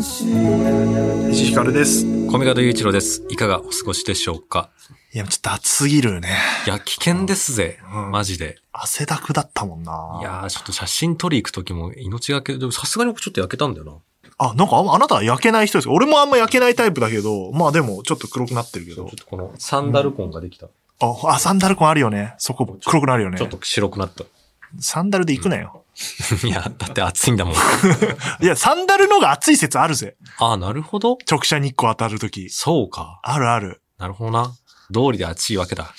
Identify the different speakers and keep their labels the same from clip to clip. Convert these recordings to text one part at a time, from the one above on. Speaker 1: 石井ひかるです。い
Speaker 2: 小見方雄一郎です。いかがお過ごしでしょうか
Speaker 1: や、ちょっと暑すぎるね。
Speaker 2: いや、危険ですぜ。
Speaker 1: うん
Speaker 2: マジで。
Speaker 1: 汗だくだったもんな。
Speaker 2: いやー、ちょっと写真撮り行くときも命がけで、でもさすがに僕ちょっと焼けたんだよな。
Speaker 1: あ、なんかあんまあなたは焼けない人ですか俺もあんま焼けないタイプだけど、まあでもちょっと黒くなってるけ
Speaker 2: ちょ
Speaker 1: ど
Speaker 2: っ。とこのサンダルコンができた。
Speaker 1: あ、あサンダルコンあるよね。そこ黒くなるよね
Speaker 2: ちょ。っと白くなった。
Speaker 1: サンダルで行くなよ。
Speaker 2: いや、だって暑いんだもん。
Speaker 1: いや、サンダルのが暑い説あるぜ。
Speaker 2: ああ、なるほど。
Speaker 1: 直射日光当たるとき。
Speaker 2: そうか。
Speaker 1: あるある。
Speaker 2: なるほどな。道理で暑いわけだ。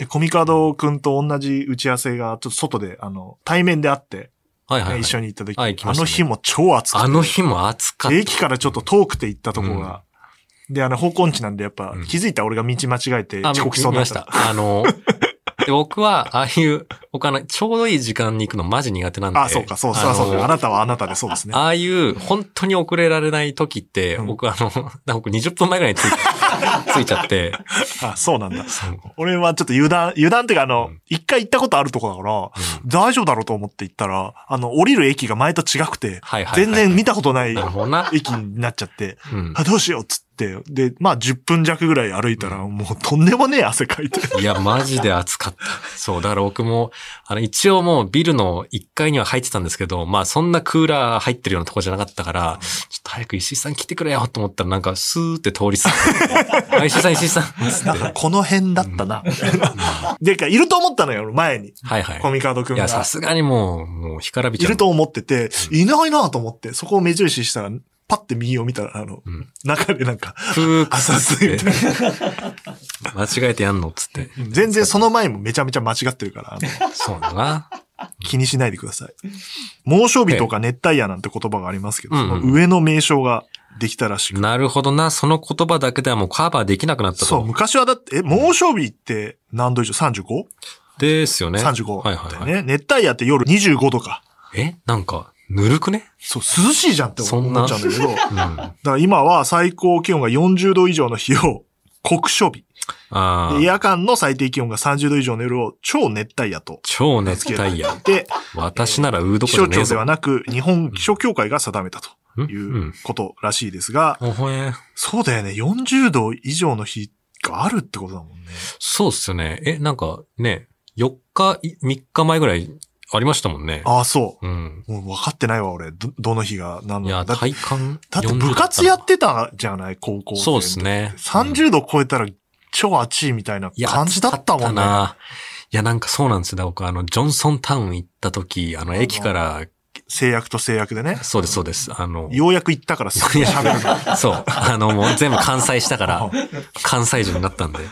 Speaker 1: でコミカドくんと同じ打ち合わせが、ちょっと外で、あの、対面であって、
Speaker 2: はいはい、はい。
Speaker 1: 一緒に行った時、
Speaker 2: はい行き
Speaker 1: あ
Speaker 2: ましたね
Speaker 1: の日も超暑くて
Speaker 2: あの日も暑かっ
Speaker 1: 駅からちょっと遠くて行ったとこが、で、あの、方向地なんでやっぱ、
Speaker 2: うん
Speaker 1: 気づいた俺が道間違えて
Speaker 2: た。あ、
Speaker 1: 遅刻しそうに
Speaker 2: 見
Speaker 1: な
Speaker 2: ま
Speaker 1: っ。
Speaker 2: したた。あの、で僕は、ああいう、僕あの、ちょうどいい時間に行くのマジ苦手なんで。
Speaker 1: あ、そうか、そう、そう
Speaker 2: あ
Speaker 1: だ
Speaker 2: の
Speaker 1: そうだ。あなたはあなたでそうですね。
Speaker 2: ああいう、本当に遅れられない時って、
Speaker 1: うん
Speaker 2: 僕あの、僕20分前ぐらいに着いた着いちゃって、
Speaker 1: あ、そうなんだ。
Speaker 2: そう
Speaker 1: 俺はちょっと油断、油断っていうかあの
Speaker 2: うん、
Speaker 1: 一、回行ったことあるとこだから、大丈夫だろうと思って行ったら、あの、降りる駅が前と違くて、
Speaker 2: はいはいはい
Speaker 1: 全然見たことない
Speaker 2: なるほどな。
Speaker 1: 駅になっちゃって、
Speaker 2: うん
Speaker 1: あ、どうしようっつって、で、まあ10分弱ぐらい歩いたら、もうとんでもねえ汗かい て。
Speaker 2: いや、マジで暑かった。そう、だから僕も、あの、一応もうビルの1階には入ってたんですけど、まあそんなクーラー入ってるようなとこじゃなかったから、ちょっと早く石井さん来てくれよと思ったら、なんかスーって通り過ぎて、あ 石井さん、石 井さん、つって。
Speaker 1: この辺だったな。でか、いると思ったのよ、前に。
Speaker 2: はいはい。
Speaker 1: コミカード君
Speaker 2: いや、
Speaker 1: が
Speaker 2: さ。すがにもう、もう、干からび
Speaker 1: い
Speaker 2: ちゃう。
Speaker 1: ると思ってて、いないなと思って、そこを目印したら、パッて右を見たら、あの、
Speaker 2: うん
Speaker 1: 中でなんか、
Speaker 2: ふーく
Speaker 1: 浅すぎ
Speaker 2: ってて。 間違えてやんのっつって。
Speaker 1: 全然その前もめちゃめちゃ間違ってるから、あの
Speaker 2: そうだな。
Speaker 1: 気にしないでください。猛暑日とか熱帯夜なんて言葉がありますけど、
Speaker 2: ええ
Speaker 1: その上の名称ができたらしく。
Speaker 2: なるほどな。その言葉だけではもうカバーできなくなったと。
Speaker 1: そう、昔はだって、え、猛暑日って何度以上 35?35
Speaker 2: ですよね。はいはい
Speaker 1: 35。
Speaker 2: はい。
Speaker 1: ね、熱帯夜って夜25とか。
Speaker 2: えなんか、ぬるくね
Speaker 1: そう、涼しいじゃんって思っちゃうんだけど。
Speaker 2: うん。
Speaker 1: だ
Speaker 2: あ
Speaker 1: から今は最高気温が40度以上の日を酷暑日。
Speaker 2: あ
Speaker 1: で
Speaker 2: ー。
Speaker 1: 夜間の最低気温が30度以上の夜を超熱帯夜と。
Speaker 2: 超熱帯夜。
Speaker 1: で、
Speaker 2: 私ならうーどこ
Speaker 1: 気
Speaker 2: じゃ
Speaker 1: 象
Speaker 2: ねえ
Speaker 1: 庁で
Speaker 2: ぞ
Speaker 1: は。なく日本気象協会が定めたとい
Speaker 2: んう
Speaker 1: うんことらしいですが、
Speaker 2: おほえ。
Speaker 1: そうだよね、40度以上の日があるってことだもんね。
Speaker 2: そうっすよね。え、なんかね、4日、い3日前ぐらいありましたもんね。
Speaker 1: ああ、そ
Speaker 2: うん。
Speaker 1: う。もう分かってないわ、俺。ど、どの日が何
Speaker 2: い
Speaker 1: の
Speaker 2: や、
Speaker 1: 日だって
Speaker 2: 体感。
Speaker 1: だって部活やってたじゃない、高校生の時
Speaker 2: そうです。ね。
Speaker 1: 30度超えたら超暑いみたいない
Speaker 2: や
Speaker 1: 感じだったも
Speaker 2: 暑
Speaker 1: ん
Speaker 2: か
Speaker 1: ね。
Speaker 2: な。いや、なんかそうなんですよ。だから僕、あの、ジョンソンタウン行った時、あの、駅から、
Speaker 1: 制約と制約でね。
Speaker 2: そうです、そうです。あの、
Speaker 1: ようやく行ったからすぐ喋るの。
Speaker 2: そう。あの、もう全部関西したから
Speaker 1: う、
Speaker 2: 関西人になったんで。い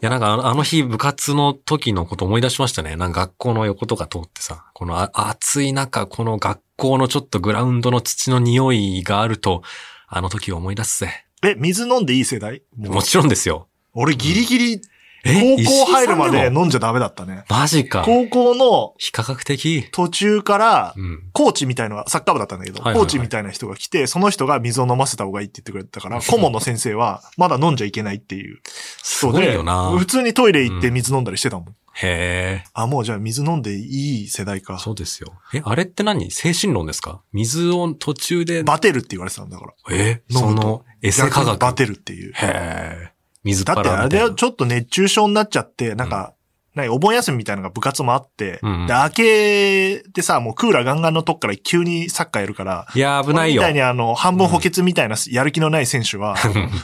Speaker 2: や、なんかあのあの日部活の時のこと思い出しましたね。なんか学校の横とか通ってさ、このあ暑い中、この学校のちょっとグラウンドの土の匂いがあると、あの時を思い出すぜ。
Speaker 1: え、水飲んでいい世代もう
Speaker 2: もちろんですよ。
Speaker 1: 俺ギリギリ
Speaker 2: え
Speaker 1: 高校入るま
Speaker 2: 石井さ
Speaker 1: で
Speaker 2: んも
Speaker 1: 飲んじゃダメだったね。
Speaker 2: マジか。
Speaker 1: 高校の
Speaker 2: 非科学的。
Speaker 1: 途中から
Speaker 2: う、ん。
Speaker 1: コーチみたいな、サッカー部だったんだけど、
Speaker 2: はいはいはい
Speaker 1: コーチみたいな人が来て、その人が水を飲ませた方がいいって言ってくれた から、顧問の先生は、まだ飲んじゃいけないっていう。
Speaker 2: すごいよな
Speaker 1: そう。で普通にトイレ行って
Speaker 2: うん
Speaker 1: 水飲んだりしてたもん。
Speaker 2: へえ。
Speaker 1: あ、もうじゃあ水飲んでいい世代か。
Speaker 2: そうですよ。え、あれって何精神論ですか水を途中で、
Speaker 1: バテるって言われてたんだから。
Speaker 2: え、
Speaker 1: 飲
Speaker 2: そ
Speaker 1: むと
Speaker 2: の、エセ科
Speaker 1: 逆にバ
Speaker 2: 学。
Speaker 1: テるっていう。
Speaker 2: へえ。水っ
Speaker 1: だって
Speaker 2: 腹
Speaker 1: あれ
Speaker 2: み
Speaker 1: だ
Speaker 2: たい
Speaker 1: よ、
Speaker 2: な。
Speaker 1: ちょっと熱中症になっちゃって、なんか、何お盆休みみたいなのが部活もあって、
Speaker 2: うんうん
Speaker 1: で、明けてさ、もうクーラーガンガンのとこから急にサッカーやるから、
Speaker 2: いや、危ないよ
Speaker 1: 俺みた。いにあの、半分補欠みたいなやる気のない選手 は、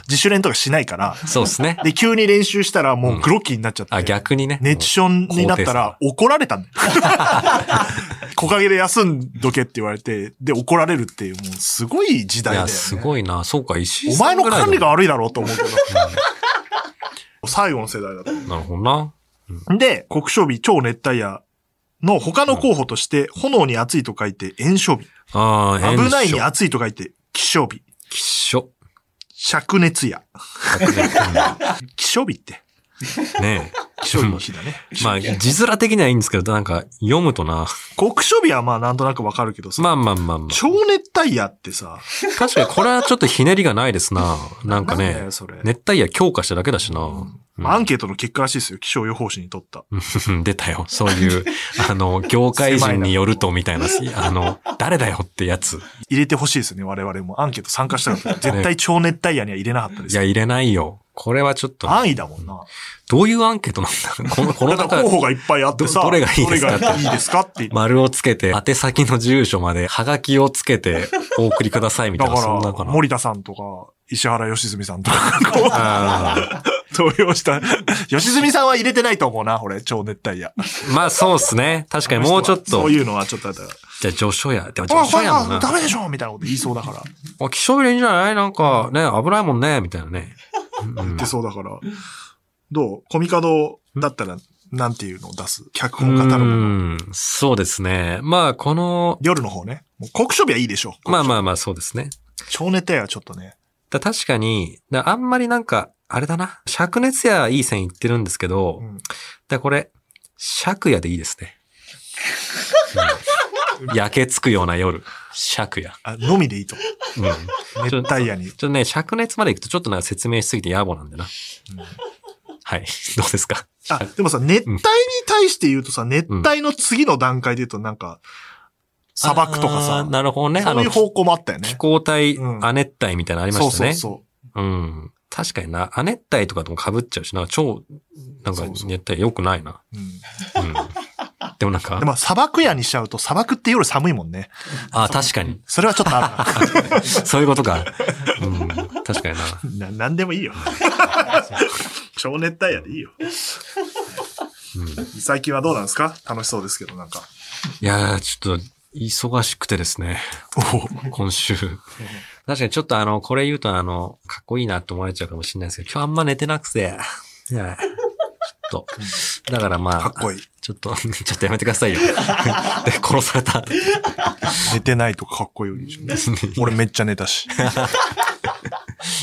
Speaker 1: 自主練とかしないから、
Speaker 2: そうですね。
Speaker 1: で、急に練習したらもうグロッキーになっちゃって、
Speaker 2: あ、逆にね。
Speaker 1: 熱中症になったら怒られたんだよ。 木陰で休んどけって言われて、で、怒られるっていう、もうすごい時代だ
Speaker 2: い
Speaker 1: よ、
Speaker 2: や、
Speaker 1: ね。
Speaker 2: すごいな。そうか、石井
Speaker 1: お
Speaker 2: さ
Speaker 1: 前
Speaker 2: んぐ
Speaker 1: の
Speaker 2: らい
Speaker 1: 管理が
Speaker 2: の。
Speaker 1: 悪いだろうと思うけど。最後の世代だと思
Speaker 2: なるほどな。
Speaker 1: う。で、国暑日超熱帯夜の他の候補として、炎に暑いと書いて炎暑日。
Speaker 2: ああ、
Speaker 1: 危ないに
Speaker 2: あ
Speaker 1: 暑いと書いて気象日。
Speaker 2: きっしょ。
Speaker 1: 灼熱夜。
Speaker 2: ね
Speaker 1: 気象日って。
Speaker 2: え。
Speaker 1: 気象日の日だね。
Speaker 2: まあ、字面的にはいいんですけど、なんか、読むとな。
Speaker 1: 国暑日はまあなんとなくわかるけどさ、
Speaker 2: まあまあまあまあ。
Speaker 1: 超熱帯夜ってさ、
Speaker 2: 確かに、これはちょっとひねりがないですな。なんか
Speaker 1: だ
Speaker 2: ね
Speaker 1: よ、それ。
Speaker 2: 熱帯夜強化しただけだしな。うん
Speaker 1: まあアンケートの結果らしいですよ。気象予報士にとった。
Speaker 2: うん出たよ。そういう、あの、業界人によるとみたいな、あの、誰だよってやつ。
Speaker 1: 入れてほしいですね、我々も。アンケート参加した から、絶対超熱帯夜には入れなかったで
Speaker 2: い
Speaker 1: すよ。
Speaker 2: や、入れないよ。これはちょっと、
Speaker 1: 安易だもんな。
Speaker 2: どういうアンケートなん だこの、この
Speaker 1: だから
Speaker 2: 方
Speaker 1: 候、補がいっぱいあってさ、
Speaker 2: どどれがいいですか
Speaker 1: どれがいいですかって。
Speaker 2: 丸をつけて、宛先の住所まで、はがきをつけて、お送りくださいみた
Speaker 1: だ
Speaker 2: いな、そんな
Speaker 1: か、
Speaker 2: からな。
Speaker 1: 森田さんとか、石原良純さんとか、 こ
Speaker 2: あ
Speaker 1: う、投票した。良純さんは入れてないと思うな、俺、超熱帯夜。
Speaker 2: ーまあ、そうっすね。確かにもうちょっ
Speaker 1: そ
Speaker 2: と
Speaker 1: う、いうのはちょっとあったから
Speaker 2: じゃあ、助書や。でも、
Speaker 1: あ、こ
Speaker 2: 助書
Speaker 1: れ
Speaker 2: やもん
Speaker 1: は
Speaker 2: な。
Speaker 1: ダメでしょみたいなこと言いそうだから。
Speaker 2: あ、気象よりいいんじゃないなんか、ね、危ないもんね、みたいな ね。うん
Speaker 1: 言ってそうだから。どうコミカドだったら、なんていうのを出す脚本家たるもの。
Speaker 2: うんそうですね。まあ、この、
Speaker 1: 夜の方ね。もう国書日はいいでしょ。
Speaker 2: まあまあまあ、そうですね。
Speaker 1: 超熱帯夜はちょっとね。
Speaker 2: だ確かに、だあんまりなんか、あれだな。灼熱やいい線いってるんですけど、
Speaker 1: うん
Speaker 2: だこれ、灼夜でいいですね。 うん焼けつくような夜。灼夜。
Speaker 1: あ、のみでいい と。
Speaker 2: うん
Speaker 1: 熱帯夜に。
Speaker 2: ちょっとね、灼熱まで行くとちょっとなんか説明しすぎて野暮なんだよな。はい。 どうですか
Speaker 1: あ、でもさ、熱帯に対して言うとさ、熱帯の次の段階で言うとなんか、砂漠とか
Speaker 2: あ
Speaker 1: さ
Speaker 2: ー、なるほどね。あ
Speaker 1: そう
Speaker 2: の
Speaker 1: いう、方向もあったよ
Speaker 2: 気
Speaker 1: ね。
Speaker 2: 候帯、
Speaker 1: うん
Speaker 2: 亜熱帯みたいなのありま
Speaker 1: そう
Speaker 2: した
Speaker 1: そう
Speaker 2: ね。
Speaker 1: そ
Speaker 2: うん。確かにな、亜熱帯とかとも被っちゃうしな、超、なんか
Speaker 1: そうそう
Speaker 2: 熱帯良くないな。
Speaker 1: う。うん
Speaker 2: うん。でもなんか
Speaker 1: で、も砂漠夜にしちゃうと砂漠って夜寒いもんね。
Speaker 2: あ、確か に。
Speaker 1: それはちょっとあ
Speaker 2: そういうことか。うん。確かにな。
Speaker 1: るな。な、 なんでもいい よ。超熱帯夜でいいよ。
Speaker 2: うん。
Speaker 1: 最近はどうなんですか楽しそうですけど、なんか。
Speaker 2: いやー、ちょっと、忙しくてです ね、今週。確かにちょっとあの、これ言うとあの、かっこいいなって思われちゃうかもしれないですけど、今日あんま寝てなくて、いやちょっと。だからま
Speaker 1: かっ
Speaker 2: あ、
Speaker 1: こいい。
Speaker 2: ちょっと、ちょっとやめてくださ いよ。で、殺された。
Speaker 1: 寝てないとかっこい い。俺めっちゃ寝たし。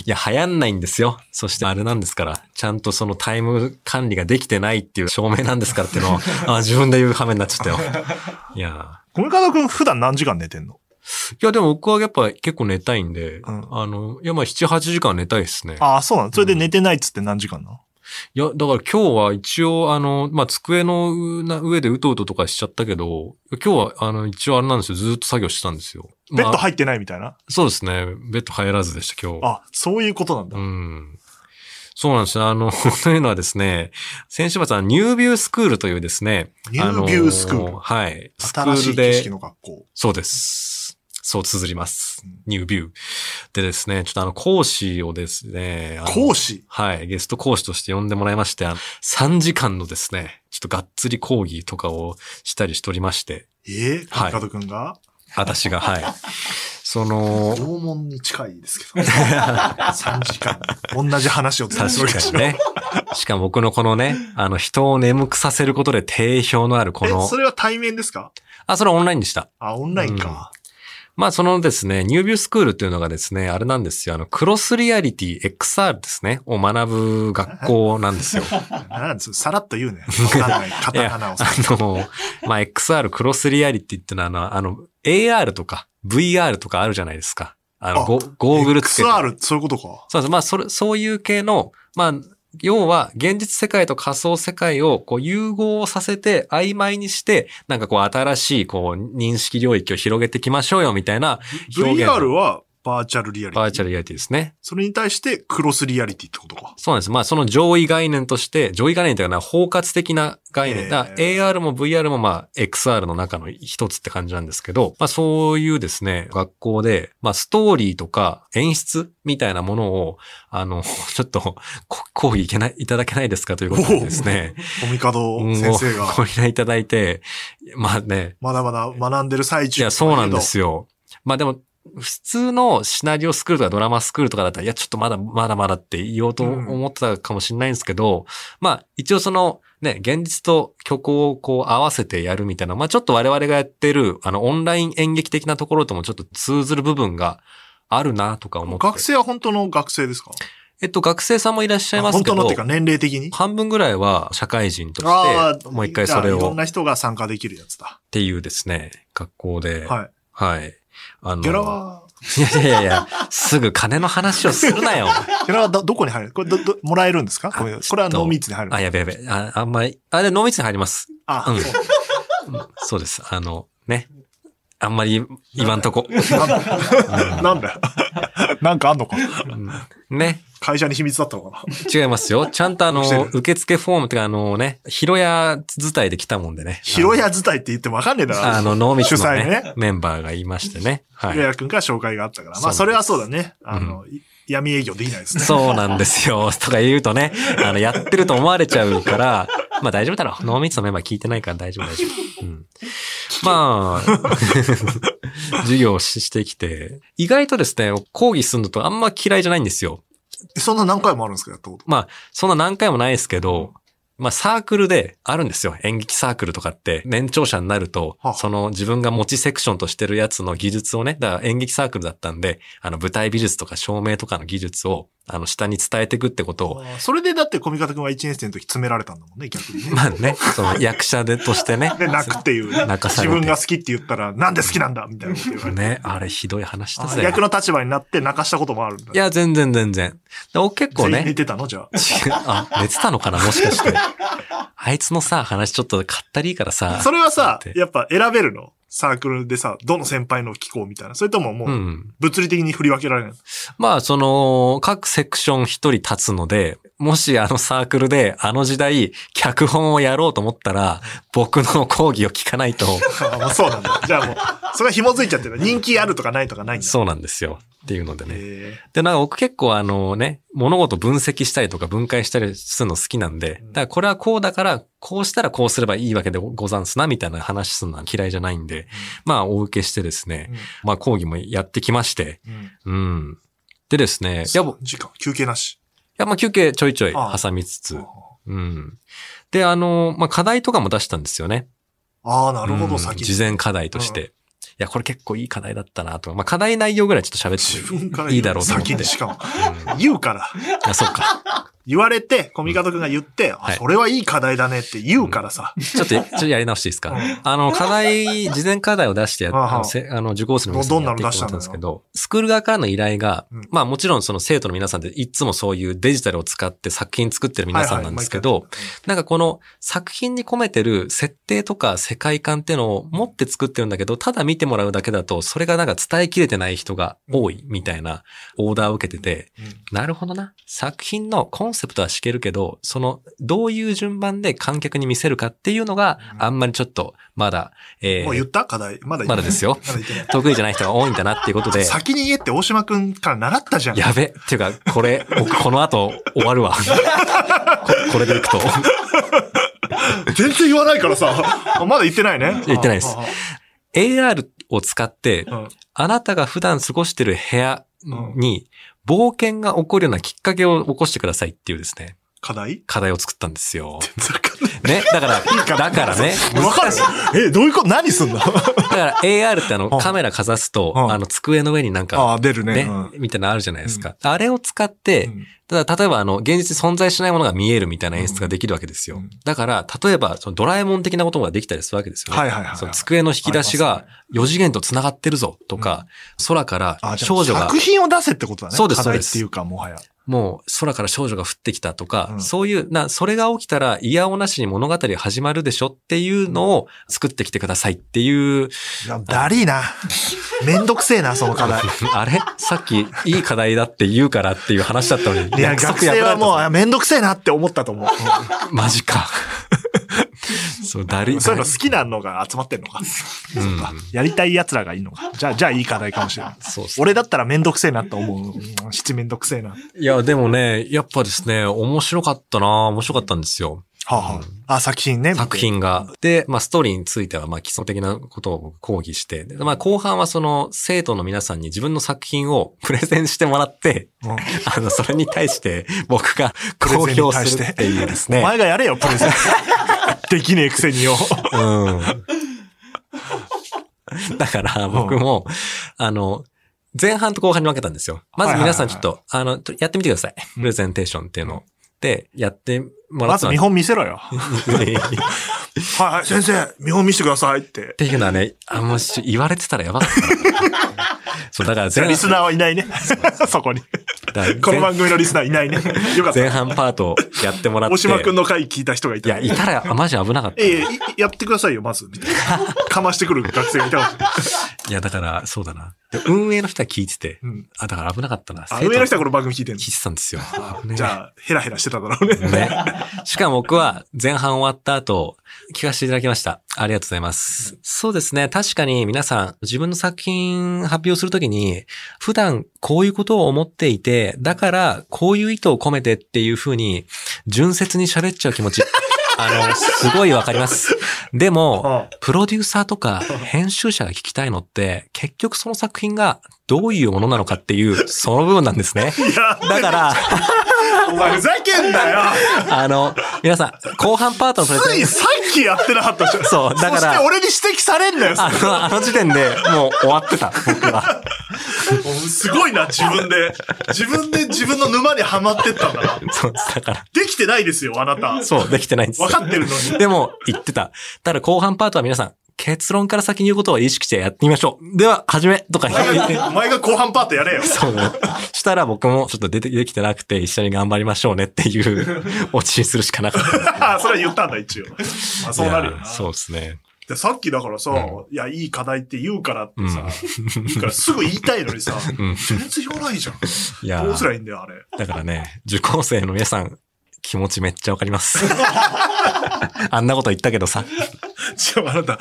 Speaker 2: いや、流行んないんですよ。そしてあれなんですから、ちゃんとそのタイム管理ができてないっていう証明なんですからっていう のを、あ自分で言う羽目になっちゃったよ。いや
Speaker 1: コミカド君普段何時間寝てんの
Speaker 2: ー。いや、でも僕はやっぱ結構寝たいんで、
Speaker 1: ん
Speaker 2: あの、いや、まあ7、8時間寝たいですね。
Speaker 1: ああ、そうなのそれで寝てないっつって何時間なの
Speaker 2: いや、だから今日は一応、あの、まあ机の上でうとうととかしちゃったけど、今日は、あの、一応あれなんですよ。ずーっと作業してたんですよ。
Speaker 1: ベッド
Speaker 2: まあ
Speaker 1: 入ってないみたいな
Speaker 2: そうですね。ベッド入らずでした、今日。
Speaker 1: あ、そういうことなんだ
Speaker 2: う。ん。そうなんですよ。あの、 というのはですね、先週末はニュービュースクールというですね、
Speaker 1: ニュービュースクール
Speaker 2: あのはい。スク
Speaker 1: 新し
Speaker 2: ール
Speaker 1: い景
Speaker 2: で
Speaker 1: 色、の学校。
Speaker 2: そうです。そう綴ります
Speaker 1: うん。
Speaker 2: ニュービュー。でですね、ちょっとあの、講師をですね、あの
Speaker 1: 講師
Speaker 2: はい。ゲスト講師として呼んでもらいまして、あの3時間のですね、ちょっとがっつり講義とかをしたりしておりまして、
Speaker 1: ええコ
Speaker 2: はい
Speaker 1: ミカド君が
Speaker 2: 私が、はい。その、
Speaker 1: 拷問に近いです けど。3時間。同じ話をずっと
Speaker 2: 確かにね。しかも僕のこのね、あの、人を眠くさせることで定評のあるこ
Speaker 1: え、
Speaker 2: の
Speaker 1: そ、れは対面ですか
Speaker 2: あ、それはオンラインでした。
Speaker 1: あ、オンラインか。
Speaker 2: まあ、そのですね、ニュービュースクールっていうのがですね、あれなんですよ。あの、クロスリアリティ XR ですね、を学ぶ学校なんですよ。
Speaker 1: なんですさらっと言うね。わかん ない。カタカナをさ。
Speaker 2: あの、まあ、XR クロスリアリティってのはあの、あの、AR とか VR とかあるじゃないですか。あの、
Speaker 1: あ
Speaker 2: ゴゴーグルつけて。
Speaker 1: XR、そういうことか。
Speaker 2: そうです。まあ、それ、そういう系の、まあ、要は、現実世界と仮想世界を、こう、融合させて、曖昧にして、なんかこう、新しい、こう、認識領域を広げていきましょうよ、みたいな、表現
Speaker 1: VR はバーチャルリアリティ。
Speaker 2: バーチャルリアリティですね。
Speaker 1: それに対してクロスリアリティってことか。
Speaker 2: そうなんです。まあ、その上位概念として、上位概念というかな、包括的な概念。
Speaker 1: えー
Speaker 2: だから AR も VR もまあ、XR の中の一つって感じなんですけど、まあ、そういうですね、学校で、まあ、ストーリーとか演出みたいなものを、あの、 ちょっと、こ講義いけない、いただけないですかということでですね、
Speaker 1: コミカド
Speaker 2: うん
Speaker 1: 先生が
Speaker 2: ご、ご依頼いただいて、まあね、
Speaker 1: まだまだ学んでる最
Speaker 2: い
Speaker 1: 中。
Speaker 2: や、そうなんで。すよ。まあでも、普通のシナリオスクールとかドラマスクールとかだったら、いや、ちょっとまだまだまだって言おうと
Speaker 1: うん
Speaker 2: 思ってたかもしれないんですけど、まあ一応そのね、現実と虚構をこう合わせてやるみたいな、まあちょっと我々がやってる、あの、オンライン演劇的なところともちょっと通ずる部分があるなとか思って。
Speaker 1: 学生は本当の学生ですか
Speaker 2: えっと、学生さんもいらっしゃいます
Speaker 1: 本
Speaker 2: け
Speaker 1: 当のっ
Speaker 2: ど
Speaker 1: ていう、か年齢的に
Speaker 2: 半分ぐらいは社会人として、
Speaker 1: ー
Speaker 2: もう一回そ
Speaker 1: じ
Speaker 2: れ
Speaker 1: ゃあいろ
Speaker 2: を
Speaker 1: ん
Speaker 2: っ
Speaker 1: な人が参加できるやつだ。
Speaker 2: ていうですね、学校で、
Speaker 1: は
Speaker 2: はい。あの
Speaker 1: い。ギャラは、
Speaker 2: いやいやいや、すぐ金の話をするなよ。
Speaker 1: これはど、どこに入るこれど、ど、もらえるんですかこれこれはノーミーツに入る
Speaker 2: あ、。やべやべ。あ、あんまり、あ、で、濃密に入ります。
Speaker 1: あ、
Speaker 2: うん
Speaker 1: そう
Speaker 2: そうです。あの、ね。あんまり言わんとこ。
Speaker 1: なんだよ。なんかあんのか
Speaker 2: ね。
Speaker 1: 会社に秘密だったのかな
Speaker 2: 違いますよ。ちゃんとあ
Speaker 1: して
Speaker 2: の
Speaker 1: る、
Speaker 2: 受付フォームってかあのね、広屋伝いで来たもんでね。
Speaker 1: 広屋伝いって言ってもわかんねえ
Speaker 2: あ
Speaker 1: だ
Speaker 2: の、
Speaker 1: ろ。
Speaker 2: 濃密
Speaker 1: 主
Speaker 2: の
Speaker 1: 催
Speaker 2: ね
Speaker 1: ね
Speaker 2: メンバーがいましてね。は
Speaker 1: 広
Speaker 2: い。
Speaker 1: 屋くんから紹介があったから。まあ、
Speaker 2: そ
Speaker 1: そうれ
Speaker 2: なん
Speaker 1: はそうだね。あの、い闇営業できないですね。
Speaker 2: そうなんですよ。 とか言うとね、あの、やってると思われちゃうから、まあ大丈夫だろう。濃密のメンバー聞いてないから大丈夫、大丈夫。うん。まあ、 授業をししてきて、意外とですね、講義するのとあんま嫌いじゃないんですよ。
Speaker 1: そんな何回もあるんですかやったこと。
Speaker 2: そんな何回もないですけど、まあサークルであるんですよ。演劇サークルとかって、年長者になると
Speaker 1: はあ、
Speaker 2: その自分が持ちセクションとしてるやつの技術をね、だから演劇サークルだったんで、あの舞台美術とか照明とかの技術を、あの下に伝えていくってことを、
Speaker 1: あーそれでだって小見方くんは1年生の時詰められたんだもんね、逆にね。
Speaker 2: まあね、その役者でとしてね。
Speaker 1: で、泣くっていうね。
Speaker 2: 泣かされ
Speaker 1: 自
Speaker 2: て
Speaker 1: 分が好きって言ったら、なんで好きなんだみたいなこと言われて。
Speaker 2: ね、あれひどい話だ
Speaker 1: あ
Speaker 2: ぜ。
Speaker 1: 逆の立場になって泣かしたこともあるんだ。
Speaker 2: いや、全然全然。でお結構
Speaker 1: 全員寝
Speaker 2: ね、
Speaker 1: てたのじゃあ。
Speaker 2: あ、寝てたのかなもしかして。 あいつのさ、話ちょっとかったりいいからさ。
Speaker 1: それはさ
Speaker 2: だっ、て
Speaker 1: やっぱ選べるのサークルでさ、どの先輩のを聞こうみたいな。それともも
Speaker 2: う
Speaker 1: う、
Speaker 2: ん。
Speaker 1: 物理的に振り分けら れない。
Speaker 2: まあ、その、各セクション一人立つので、もしあのサークルであの時代、脚本をやろうと思ったら、僕の講義を聞 かないと、
Speaker 1: あもうそうなんだ。じゃあもう、それは紐づいちゃってる。人気あるとかないとかないんだ。
Speaker 2: そうなんですよ。っていうのでね。
Speaker 1: へ
Speaker 2: で、なんか僕結構あのね、物事分析したりとか分解したりするの好きなんで、だからこれはこうだから、こうしたらこうすればいいわけでござんすな、みたいな話するのは嫌いじゃないんで、まあ、お受けしてです
Speaker 1: え
Speaker 2: ね、まあ、講義もやってきまして、
Speaker 1: うんうん
Speaker 2: うん。でですね、いや、
Speaker 1: 3時間、休憩なし。
Speaker 2: いや、まあ休憩ちょいちょい
Speaker 1: ああ
Speaker 2: 挟みつつ
Speaker 1: あ、
Speaker 2: うん。で、あの、まあ、課題とかも出したんですよね。
Speaker 1: あー、なるほ
Speaker 2: う
Speaker 1: ど、
Speaker 2: ん
Speaker 1: 先
Speaker 2: 事
Speaker 1: に。
Speaker 2: 前課題として。いや、これ結構いい課題だったなとか。まあ、課題内容ぐらいちょっと喋
Speaker 1: 自
Speaker 2: って。
Speaker 1: 分から
Speaker 2: いいだろうと思って
Speaker 1: 先にしかも。
Speaker 2: うん
Speaker 1: 言うから。
Speaker 2: あ、そうか。
Speaker 1: 言われて、コミカドくんが言って、あ
Speaker 2: はい
Speaker 1: それはいい課題だねって言うからさ。
Speaker 2: ちょっと、ちょっとやり直していいですか
Speaker 1: うん。
Speaker 2: あの、課題、事前課題を出してやっ
Speaker 1: ああ
Speaker 2: あのせ、あの、受講生の皆さんにやっていってもらったんですけど、スクール側からの依頼が
Speaker 1: うん、
Speaker 2: まあもちろんその生徒の皆さんっていつもそういうデジタルを使って作品作ってる皆さんなんです
Speaker 1: は
Speaker 2: け
Speaker 1: い
Speaker 2: ど
Speaker 1: は、い、毎回
Speaker 2: なんかこの作品に込めてる設定とか世界観ってのを持って作ってるんだけど、ただ見てもらうだけだと、それがなんか伝えきれてない人が多いみたいなオーダーを受けてて、
Speaker 1: うんうん
Speaker 2: なるほどな。作品のコンセプトは知けるけど、そのどういう順番で観客に見せるかっていうのが
Speaker 1: うん
Speaker 2: あんまりちょっとまだ、え
Speaker 1: もう言っ
Speaker 2: ー、
Speaker 1: た課題。まだ言って
Speaker 2: まだで すよ。
Speaker 1: まだ言ってない
Speaker 2: 得意じゃない人が多いんだなっていうことで、
Speaker 1: 先に言えって大島くんから習ったじゃん。
Speaker 2: やべ。っていうか、これ、僕この後 終わるわ。ここれでいくと。
Speaker 1: 全然言わないからさ。 あまだ言ってないね。
Speaker 2: 言ってないです
Speaker 1: あ。
Speaker 2: AR を使って
Speaker 1: あ、あうん
Speaker 2: あなたが普段過ごしてる部屋に冒険が起こるようなきっかけを起こしてくださいっていうですね、
Speaker 1: 課題
Speaker 2: 課題を作ったんですよ。
Speaker 1: 全然わ かんない
Speaker 2: ね、だから、 だからね、
Speaker 1: わかるえ、どういうこと何すんの
Speaker 2: だから AR ってあの
Speaker 1: うん
Speaker 2: カメラかざすと、
Speaker 1: うん
Speaker 2: あの机の上になんか、
Speaker 1: あ、出る
Speaker 2: ね
Speaker 1: うん、
Speaker 2: みたいなのあるじゃないですか。あれを使って、
Speaker 1: うん
Speaker 2: ただ例えばあの、現実に存在しないものが見えるみたいな演出ができるわけです
Speaker 1: う
Speaker 2: よ
Speaker 1: ん。
Speaker 2: だから、例えば、そのドラえもん的なことができたりするわけですよね。
Speaker 1: はいはいはい
Speaker 2: その机の引き出し
Speaker 1: あ
Speaker 2: が
Speaker 1: りま
Speaker 2: 4次元と繋がってるぞとか、空から
Speaker 1: あ、じゃあ
Speaker 2: 少女が
Speaker 1: 作品を出せってことだね。
Speaker 2: そうです
Speaker 1: 課題
Speaker 2: そうです
Speaker 1: っていうか、もはや。
Speaker 2: もう空から少女が降ってきたとか、
Speaker 1: うん
Speaker 2: そういう、な、それが起きたら嫌おなしに物語が始まるでしょっていうのを作ってきてくださいっていう、
Speaker 1: いや、だりーな。めんどくせえな、その課題。
Speaker 2: あれさっきいい課題だって言うからっていう話だったのに。
Speaker 1: いや、
Speaker 2: 約束
Speaker 1: 学生は
Speaker 2: 破られた
Speaker 1: もう、あめんどくせえなって思ったと 思う。
Speaker 2: マジか。 そう、だり、
Speaker 1: そういうの好きなのが集まってんのか。
Speaker 2: うん
Speaker 1: そっかやりたい奴らがいいのか。じゃあ、じゃあいい課題かもしれない。
Speaker 2: そうっすね
Speaker 1: 俺だったらめんどくせえなって思ううん。七めんどくせえな。はい
Speaker 2: や、でもね、やっぱですね、面白かったな面白かったんですよ。
Speaker 1: あ、はあ、あ、作品ね。
Speaker 2: 作。品が。で、まあ、ストーリーについては、まあ、基礎的なことを僕講義して、でまあ、後半はその、生徒の皆さんに自分の作品を プレゼンしてもらって、
Speaker 1: うん
Speaker 2: あの、それに対して僕が
Speaker 1: プレ
Speaker 2: 公
Speaker 1: ゼンに
Speaker 2: 表
Speaker 1: 対し
Speaker 2: す
Speaker 1: て
Speaker 2: るっていうです
Speaker 1: お
Speaker 2: ね。
Speaker 1: 前がやれよ、プ レゼン。できねえくせによ。
Speaker 2: うん。だから僕も、あの、前半と後半に分けたんですよ。まず皆さんちょっと、あの、やってみてください。プレゼンテーションっていうのを。で、やってもら
Speaker 1: ま
Speaker 2: った
Speaker 1: ず
Speaker 2: の
Speaker 1: 見
Speaker 2: は
Speaker 1: 本見せろよ。
Speaker 2: っ
Speaker 1: はいはい、先生、見本見せてくださいって。
Speaker 2: ていうのはね、あ、もうちょ言われてたらやばかったな。そう、だから
Speaker 1: じゃあ
Speaker 2: 前
Speaker 1: リスナーはいないね。そこに。
Speaker 2: 半、
Speaker 1: この番組のリスナーいないね。よかった。
Speaker 2: 前半パートやってもらって。
Speaker 1: 大島くんの回聞いた人がい
Speaker 2: い
Speaker 1: たら
Speaker 2: や、いたら、あマジ危なかった。
Speaker 1: ええいやってくださいよ、まず。みたいな。 かましてくる学生がいたかもしれない。
Speaker 2: いや、だから、そうだな。で運営の人は聞いてて。
Speaker 1: うん。
Speaker 2: あ、だから危なかったな。
Speaker 1: あ、上の人はこ
Speaker 2: は
Speaker 1: の番組聞いてんの
Speaker 2: 聞いてたんですよ。危ねえ
Speaker 1: じゃあ、ヘラヘラしてただろうね。
Speaker 2: ね。しかも僕は前半終わった後、聞かせていただきました。ありがとうございます。そうですね。確かに皆さん、自分の作品発表するときに、普段こういうことを思っていて、だからこういう意図を込めてっていうふうに、純切に喋っちゃう気持ち。 あの、すごいわかります。でも、
Speaker 1: あ
Speaker 2: プロデューサーとか編集者が聞きたいのって、結局その作品がどういうものなのかっていう、その部分なんですね。
Speaker 1: いや、
Speaker 2: だから、
Speaker 1: お前ふざけんなよ。
Speaker 2: あの、皆さん、後半パートのプレ
Speaker 1: つ
Speaker 2: ゼ
Speaker 1: い
Speaker 2: ン
Speaker 1: さっきやってなかったでしょ。
Speaker 2: そう、だか
Speaker 1: そして
Speaker 2: ら、
Speaker 1: 俺に指摘されんなよ。
Speaker 2: あの、あの時点でもう終わってた、僕は。
Speaker 1: もうすごいな、自分で。自分で自分の沼にはまってったんだな。
Speaker 2: そう、だか
Speaker 1: できてないですよ、あなた
Speaker 2: ら、。そう、できてないんです
Speaker 1: わ。かってるのに。
Speaker 2: でも、言ってた。ただ後半パートは皆さん、結論から先に言うことを意識してやってみましょう。では、始めとか
Speaker 1: お
Speaker 2: 言って
Speaker 1: 前がお前が後半パートやれよ。
Speaker 2: そうね。したら僕もちょっと出て、できてなくて一緒に頑張りましょうねっていう、オチにするしかなかった。
Speaker 1: それは言ったんだ、一応。まあ、そうなるよ
Speaker 2: いや
Speaker 1: な。
Speaker 2: そうですね。
Speaker 1: で、さっきだからさ、
Speaker 2: う
Speaker 1: いや、いい課題って言うからってさ、いいからすぐ言いたいのに さ、
Speaker 2: うん。
Speaker 1: 全然言わないじゃん。
Speaker 2: いや
Speaker 1: どうすりゃいいんだよ、あれ。
Speaker 2: だからね、受講生の皆さん、気持ちめっちゃわかり ます。あんなこと言ったけどさ。
Speaker 1: しかもあなた、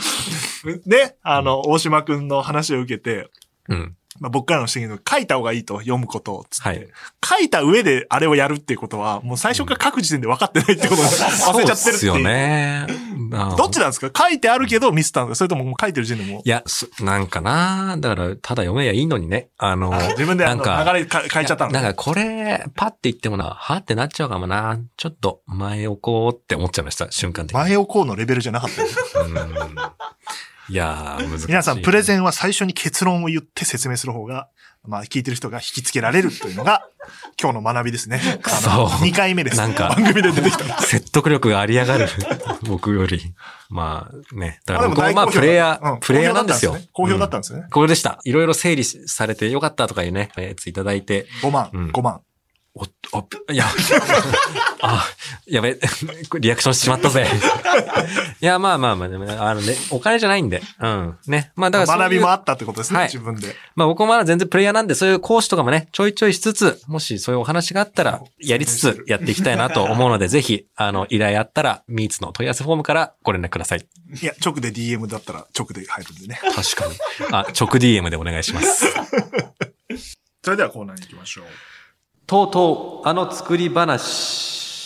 Speaker 1: ね、あの、大島くんの話を受けて、
Speaker 2: うん。
Speaker 1: まあ、僕からの指摘の書いた方がいいと、読むことをつって、
Speaker 2: はい
Speaker 1: 書いた上であれをやるっていうことは、もう最初から書く時点で分かってないってことを忘れちゃってる
Speaker 2: そ
Speaker 1: っ
Speaker 2: うってす
Speaker 1: いう。
Speaker 2: よね。ああ
Speaker 1: どっちなんですか書いてあるけどミスったんですかそれとももう書いてる時点でもう
Speaker 2: い。や、すなんかなだから、ただ読めやいいのにね。あの、
Speaker 1: 自分であの
Speaker 2: なんか
Speaker 1: 流れか変えちゃった
Speaker 2: な
Speaker 1: の
Speaker 2: んかこれ、パって言ってもな、はってなっちゃうかもな。ちょっと前置こうって思っちゃいました、瞬間的に。
Speaker 1: 前をこうのレベルじゃなかったよ。
Speaker 2: うんいやー、難しい。
Speaker 1: 皆さん、プレゼ
Speaker 2: ン。
Speaker 1: ンは最初に結論を言って説明する方が、まあ、聞いてる人が引きつけられるというの が、今日の学びですね。
Speaker 2: そ
Speaker 1: 2回目です。
Speaker 2: なんか
Speaker 1: 番組で出てきた。
Speaker 2: 説得力がありやがる。 僕より。まあね。だから僕
Speaker 1: あ
Speaker 2: もまあプレイヤー、プレイヤーなんですよ。
Speaker 1: 好評だっ
Speaker 2: う
Speaker 1: たんですね。
Speaker 2: んこれでした。いろいろ整理されてよかったとかいうね、やついただいて。
Speaker 1: 5万、
Speaker 2: うん
Speaker 1: 5万。
Speaker 2: おっと、あぷいや、 あ、やべ、 リアクションしちまったぜ。いや、まあまあまあ、でもあのね、お金じゃないんで。うん。ね。まあだからそういう
Speaker 1: 学びもあったってことですね、
Speaker 2: はい
Speaker 1: 自分で。
Speaker 2: まあ僕もまだ全然プレイヤーなんで、そういう講師とかもね、ちょいちょいしつつ、もしそういうお話があったら、やりつつやっていきたいなと思うので、ぜひ、あの、依頼あったら、ミーツの問い合わせフォームからご連絡ください。
Speaker 1: いや、直で DM だったら直で入るんでね。
Speaker 2: 確かに。あ、直 DM でお願いします。
Speaker 1: それではコーナーに行きましょう。
Speaker 2: とうとう、あの作り話。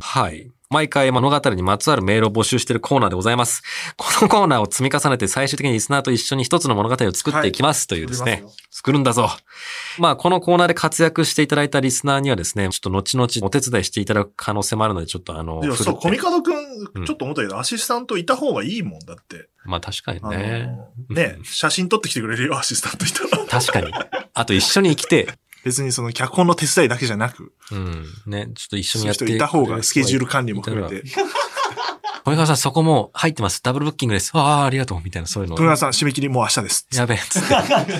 Speaker 2: はい。毎回物語にまつわるメールを募集しているコーナーでございます。このコーナーを積み重ねて最終的にリスナーと一緒に一つの物語を作っていきますというです
Speaker 1: 作
Speaker 2: ね。
Speaker 1: りますよ
Speaker 2: 作るんだぞ。まあ、このコーナーで活躍していただいたリスナーにはですね、ちょっと後々お手伝いしていただく可能性もあるので、ちょっとあの、
Speaker 1: いや、
Speaker 2: 振る
Speaker 1: そう、
Speaker 2: って
Speaker 1: コミカドく、
Speaker 2: うんん
Speaker 1: ちょっと思ったけど、アシスタントいた方がいいもんだって。
Speaker 2: まあ確かに
Speaker 1: あの
Speaker 2: ね。
Speaker 1: ね、写真撮ってきてくれるよ、アシスタントいた ら。
Speaker 2: 確かに。あと一緒に生きて、
Speaker 1: 別にその脚本の手伝いだけじゃなく、
Speaker 2: うん。ね、ちょっと一緒
Speaker 1: そう
Speaker 2: に
Speaker 1: い
Speaker 2: や
Speaker 1: う
Speaker 2: って
Speaker 1: 人いた方がスケジュール管理も含めて。
Speaker 2: 小川さん、そこもう入ってます。ダブルブッキングです。わあ、ありがとう。みたいな、そういうの。
Speaker 1: 富永さん、締め切りもう明日です。
Speaker 2: やべえ、つ って。だか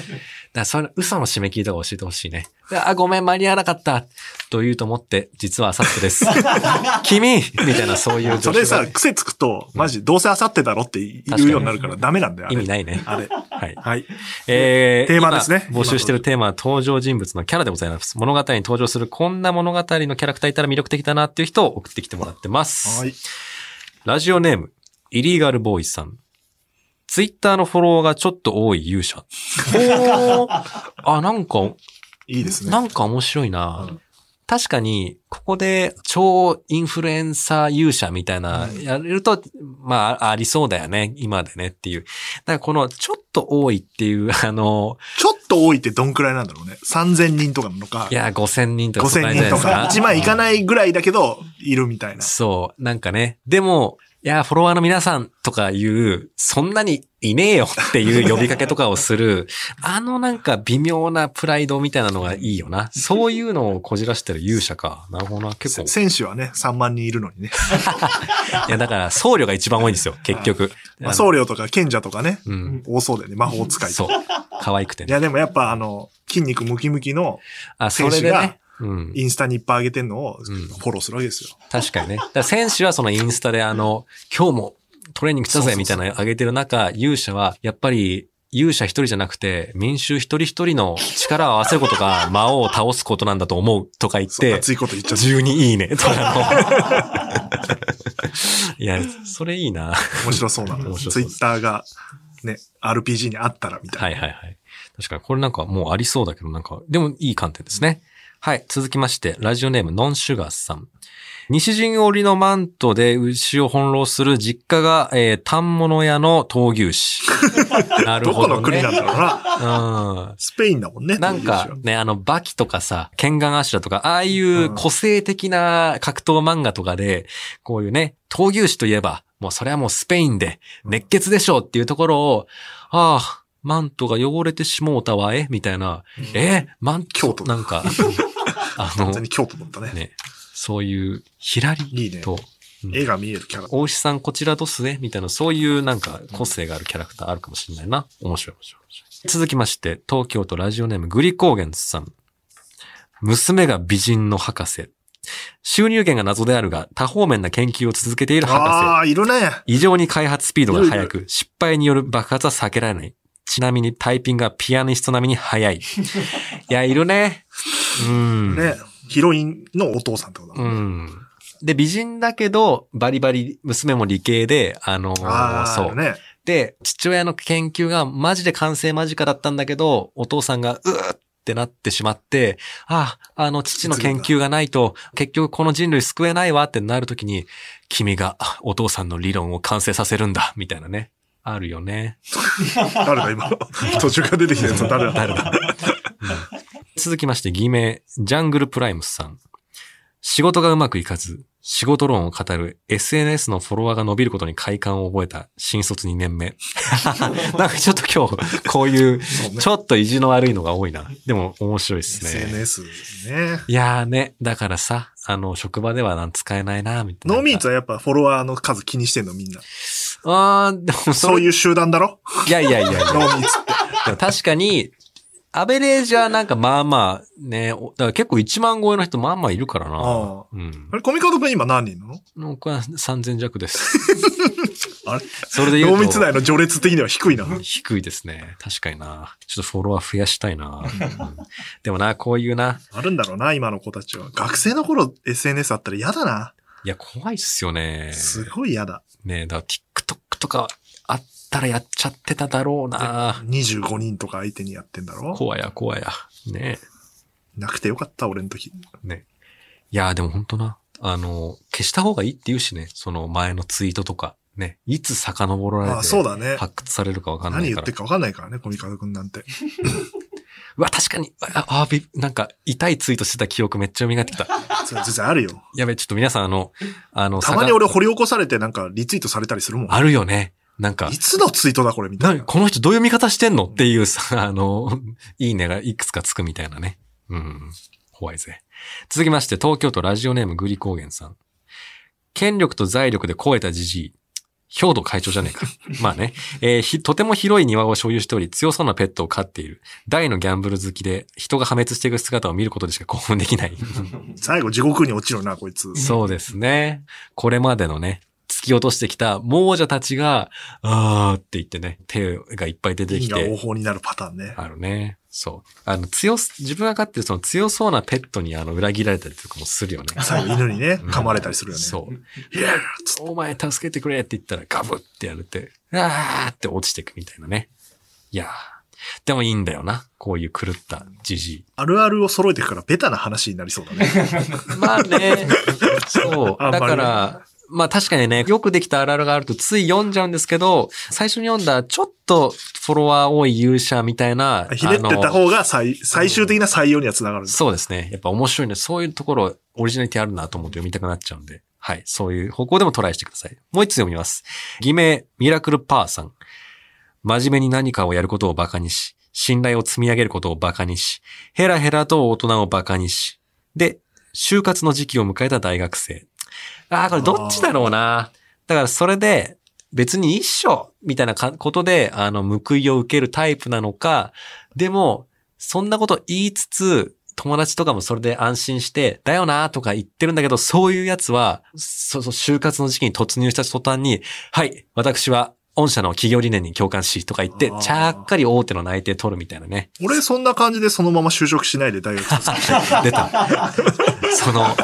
Speaker 2: らそれ、嘘の締め切りとか教えてほしいね。あ、ごめん、間に合わなかった。と言うと思って、実はあさっ てです。君みたいな、そういう
Speaker 1: そ
Speaker 2: 助
Speaker 1: れ
Speaker 2: 手が
Speaker 1: さ、癖つくと、マジ、どうせ明後日だろって言うようになるからダメなんだよ、あ
Speaker 2: 意味
Speaker 1: れ。
Speaker 2: ないね。
Speaker 1: あれ。
Speaker 2: はい。
Speaker 1: はい。
Speaker 2: え
Speaker 1: テーマですね
Speaker 2: 今募集してるテーマは登場人物のキャラでございます。物語に登場するこんな物語のキャラクターいたら魅力的だなっていう人を送ってきてもらってます。
Speaker 1: はい。
Speaker 2: ラジオネーム、イリーガルボーイさん。ツイッターのフォロワーがちょっと多い勇者。ほー。あ、なんか、
Speaker 1: いいですね。
Speaker 2: なんか面白いな、
Speaker 1: うん
Speaker 2: 確かに、ここで超インフルエンサー勇者みたいな
Speaker 1: う、ん
Speaker 2: やれると、まあ、ありそうだよね。今でねっていう。だからこの、ちょっと多いっていう、 あの、
Speaker 1: ちょっと多いってどんくらいなんだろうね。3000人とかなのか
Speaker 2: い、や、5000人とかそんな
Speaker 1: 5000
Speaker 2: 感じ
Speaker 1: 人
Speaker 2: じゃな
Speaker 1: と
Speaker 2: いです
Speaker 1: か、1万いか
Speaker 2: い。
Speaker 1: ないぐらいだけど、いるみたいな。
Speaker 2: そう、なんかね。でも、いや、フォロワーの皆さんとかいう、そんなにいねえよっていう呼びかけとかをす る、あのなんか微妙なプライドみたいなのがいいよな。そういうのをこじらしてる勇者か。なるほどな。結構。
Speaker 1: 選手はね、3万人いるのにね。
Speaker 2: いや、だから僧侶が一番多いんですよ、結局。
Speaker 1: まあ、僧侶とか賢者とかね、
Speaker 2: うん
Speaker 1: 多そうだよね、魔法使いと
Speaker 2: そう
Speaker 1: か。。
Speaker 2: 可愛くて
Speaker 1: い
Speaker 2: ね。
Speaker 1: や、でもやっぱあの、筋肉ムキムキの
Speaker 2: あ、そ
Speaker 1: 選
Speaker 2: れ
Speaker 1: 手
Speaker 2: で
Speaker 1: が
Speaker 2: ね。うん。
Speaker 1: インスタにいっぱい上げてんのをフ
Speaker 2: ん
Speaker 1: ォローするわけですよ。
Speaker 2: 確かにね。だから選手はそのインスタであの、今日もトレーニング来
Speaker 1: そ
Speaker 2: た
Speaker 1: うそう
Speaker 2: ぜ
Speaker 1: そう
Speaker 2: みたいなの上げてる中、勇者はやっぱり勇者一人じゃなくて、民衆一人一人の力を合わせること が魔王を倒すことなんだと思うとか言っ
Speaker 1: そんな
Speaker 2: て、
Speaker 1: 熱いこと言っちゃって。
Speaker 2: 12い いねとかの。 いや、それいいな。
Speaker 1: 面白そうな。
Speaker 2: 面
Speaker 1: ツ
Speaker 2: 白そう
Speaker 1: イ
Speaker 2: です
Speaker 1: ッターが、ね、RPG にあったらみたいな。
Speaker 2: はいはいはい。確かに、これなんかもうありそうだけど、なんか、でもいい観点ですね。はい。続きまして、ラジオネーム、ノンシュガーさん。西陣織のマントで牛を翻弄する実家が、えー、反物屋の闘牛 士。なる
Speaker 1: ど
Speaker 2: ほど、ね。
Speaker 1: この国なんだろうな。
Speaker 2: うん。
Speaker 1: スペインだもんね。
Speaker 2: なんかね、あの、バキとかさ、ケンガンアシュラとか、ああいう個性的な格闘漫画とかで、こういうね、闘牛士といえば、もうそれはもうスペインで、熱血でしょうっていうところを、ああ、マントが汚れてしもうたわえみたいな、えマント、
Speaker 1: 京都
Speaker 2: なん か、あ
Speaker 1: 完
Speaker 2: の
Speaker 1: 全、に京都だったね。
Speaker 2: ね、そういう、ひらり
Speaker 1: いいね。
Speaker 2: と、うん
Speaker 1: 絵が見えるキャラ。
Speaker 2: 大石さんこちらどすねみたいな、そういうなんか個性があるキャラクターあるかもしれないな。面白い面白い面白い。続きまして、東京都ラジオネームグリコーゲンさん。娘が美人の博士。収入源が謎であるが、多方面な研究を続けている博士。
Speaker 1: ああ、いるね。
Speaker 2: 異常に開発スピードが
Speaker 1: いろ
Speaker 2: 速
Speaker 1: い
Speaker 2: く、失敗による爆発は避けられない。ちなみにタイピングがピアニスト並みに速 い。いや、いるね。うん。
Speaker 1: ね。ヒロインのお父さんってことだ
Speaker 2: う
Speaker 1: もんね。
Speaker 2: ん。で、美人だけど、バリバリ、娘も理系で、あのー
Speaker 1: ああ、
Speaker 2: そ
Speaker 1: そうう。ね。
Speaker 2: で、父親の研究がマジで完成間近だったんだけど、お父さんが、うーってなってしまって、ああ、あの、父の研究がないと、結局この人類救えないわってなるときに、君がお父さんの理論を完成させるんだ、みたいなね。あるよね。
Speaker 1: 誰 だ今。途中から出てきたやつは誰だ
Speaker 2: 誰だ、うん 続きまして、偽名、ジャングルプライムスさん。仕事がうまくいかず、仕事論を語る SNS のフォロワーが伸びることに快感を覚えた新卒2年目。 なんかちょっと今日、こういう、
Speaker 1: そうね
Speaker 2: ち。ょっと意地の悪いのが多いな。でも面白いですね。
Speaker 1: SNS ね。
Speaker 2: いやーね、だからさ、あの、職場ではなん使えないな、みたいな。
Speaker 1: ノーミーツはやっぱフォロワーの数気にしてんのみんな。
Speaker 2: あー、でもそ
Speaker 1: そうう
Speaker 2: いう。
Speaker 1: いう集団だろ
Speaker 2: いやいやいやいや。
Speaker 1: ノーミーツって。
Speaker 2: でも確かに、アベレージはなんかまあまあね、おだから結構1万超えの人まあまあいるからな。
Speaker 1: あ
Speaker 2: うん
Speaker 1: あ。れ、コミカド君今何人なの
Speaker 2: 僕は3000弱です。
Speaker 1: あれ
Speaker 2: それで言
Speaker 1: 濃
Speaker 2: う
Speaker 1: 密
Speaker 2: と
Speaker 1: 内の序列的には低いな。
Speaker 2: 低いですね。確かにな。ちょっとフォロワー増やしたいな。うんでもな、こういうな。
Speaker 1: あるんだろうな、今の子たちは。学生の頃 SNS あったら嫌だな。
Speaker 2: いや、怖いっすよね。
Speaker 1: すごい嫌だ。
Speaker 2: ねえ、だから TikTok とかあったらやっちゃってただろうな。
Speaker 1: 25人とか相手にやってんだろ
Speaker 2: 怖や怖や。ね
Speaker 1: なくてよかった、俺の時。
Speaker 2: え。ねいやーでも本当な。あの、消した方がいいって言うしね。その前のツイートとか。ね。いつ遡られて
Speaker 1: ああ、そうだね。
Speaker 2: 発掘されるかわかんな
Speaker 1: 何
Speaker 2: い
Speaker 1: 言
Speaker 2: か
Speaker 1: っ
Speaker 2: ら。
Speaker 1: てるか分かんないからね、コミカド君なんて。
Speaker 2: うわ、確かに。ああび、なんか痛いツイートしてた記憶めっちゃ 蘇ってきた。
Speaker 1: それ全然あるよ。
Speaker 2: やべ、ちょっと皆さんあの、あの、
Speaker 1: たまに
Speaker 2: 差が
Speaker 1: 俺掘り起こされてなんかリツイートされたりするもん。
Speaker 2: あるよね。なんか
Speaker 1: い、つのツイートだ、これ、みたい
Speaker 2: な
Speaker 1: な。
Speaker 2: この人どういう見方してんのっていうさ、 あの、いいねがいくつかつくみたいなね。うん。怖いぜ。続きまして、東京都ラジオネームグリコーゲンさん。権力と財力で超えたじじい。兵道会長じゃねえか。 まあね。えーひとても広い庭を所有しており、強そうなペットを飼っている。大のギャンブル好きで、人が破滅していく姿を見ることでしか興奮でき ない。
Speaker 1: 最後地獄に落ちるな、こいつ。
Speaker 2: そうですね。これまでのね、突き落としてきた亡者たちが、あーって言ってね、手がいっぱい出てき
Speaker 1: 銀
Speaker 2: て。
Speaker 1: が応報になるパターンね。
Speaker 2: あるね。そう。あの、強す、自分が飼ってるその強そうなペットにあの、裏切られたりとかもするよね。
Speaker 1: 最後犬に ね、
Speaker 2: うん
Speaker 1: 噛まれたりするよね。
Speaker 2: そう。
Speaker 1: いやー
Speaker 2: お前助けてくれって言ったらガブってやれて、あーって落ちてくみたいなね。いやー。でもいいんだよな。こういう狂ったじじい。
Speaker 1: あるあるを揃えていくからベタな話になりそうだね。
Speaker 2: まあね。そう。
Speaker 1: あんま
Speaker 2: だ
Speaker 1: りね
Speaker 2: から、まあ確かにね、よくできたあるあるがあるとつい読んじゃうんですけど、最初に読んだちょっとフォロワー多い勇者みたいな。
Speaker 1: ひねって
Speaker 2: あの
Speaker 1: た方が最最終的な採用にはつながる。
Speaker 2: そうですね。やっぱ面白いね。そういうところ、オリジナリティあるなと思って読みたくなっちゃうんで。はい。そういう方向でもトライしてください。もう一つ読みます。偽名、ミラクルパーさん。真面目に何かをやることをバカにし、信頼を積み上げることをバカにし、ヘラヘラと大人をバカにし、で、就活の時期を迎えた大学生。ああ、これどっちだろうな。だからそれで、別に一緒みたいなかことで、あの、報いを受けるタイプなのか、でも、そんなこと言いつつ、友達とかもそれで安心して、だよなとか言ってるんだけど、そういうやつは、そうそう、就活の時期に突入した途端に、はい、私は、御社の企業理念に共感し、とか言って
Speaker 1: あー、
Speaker 2: ちゃっかり大手の内定取るみたいなね。
Speaker 1: 俺そんな感じでそのまま就職しないで大学 卒業した。
Speaker 2: 出た。その、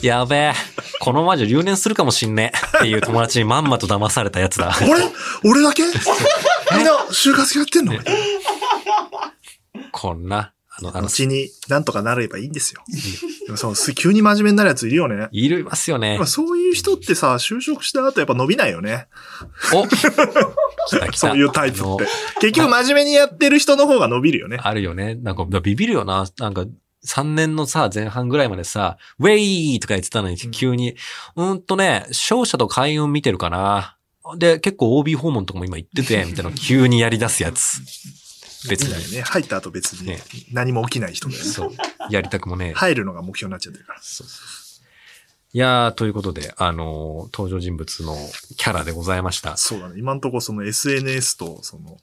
Speaker 2: やべえ、このままじゃ留年するかもしんねえっていう友達にまんまと騙されたやつだ。
Speaker 1: 俺俺だ けみんな就活やってんの
Speaker 2: こんな、あの、あの、
Speaker 1: 後になんとかなればいいんですよ。でもそのす急に真面目になるやついるよね。
Speaker 2: いるいますよね
Speaker 1: まあ。そういう人ってさ、就職した後やっぱ伸びないよね。
Speaker 2: お来た来た。
Speaker 1: そういうタイプ
Speaker 2: あ
Speaker 1: っ
Speaker 2: の
Speaker 1: て。結局真面目にやってる人の方が伸びるよね。
Speaker 2: あるよね。なんか、ビビるよな。なんか、3年のさ、前半ぐらいまでさ、ウェイとか言ってたのに、
Speaker 1: うん
Speaker 2: 急に、うーんとね、勝者と開運見てるかな。で、結構 OB 訪問とかも今行ってて、 みたいな、急にやり出すやつ。別
Speaker 1: みんなで
Speaker 2: に。
Speaker 1: ね、入った後別に
Speaker 2: ね
Speaker 1: 何も起きない人だよね。
Speaker 2: そう。やりたくもねえ。
Speaker 1: 入るのが目標になっちゃってるから。
Speaker 2: そうそうそういやー、ということで、あのー登場人物のキャラでございました。
Speaker 1: そうだね。今んとこその SNS と、その、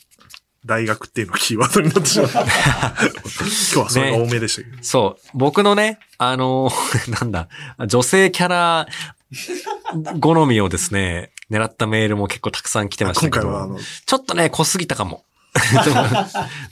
Speaker 1: 大学っていうのがキーワードになってしま った。今日はそれが多めでしたけど。
Speaker 2: そう。僕のね、あのー なんだ、女性キ ャラ好みをですね、狙ったメールも結構たくさん来てました
Speaker 1: 今
Speaker 2: け
Speaker 1: 回はあ
Speaker 2: ど、
Speaker 1: の、
Speaker 2: ちょっとね、濃すぎたかも。 でも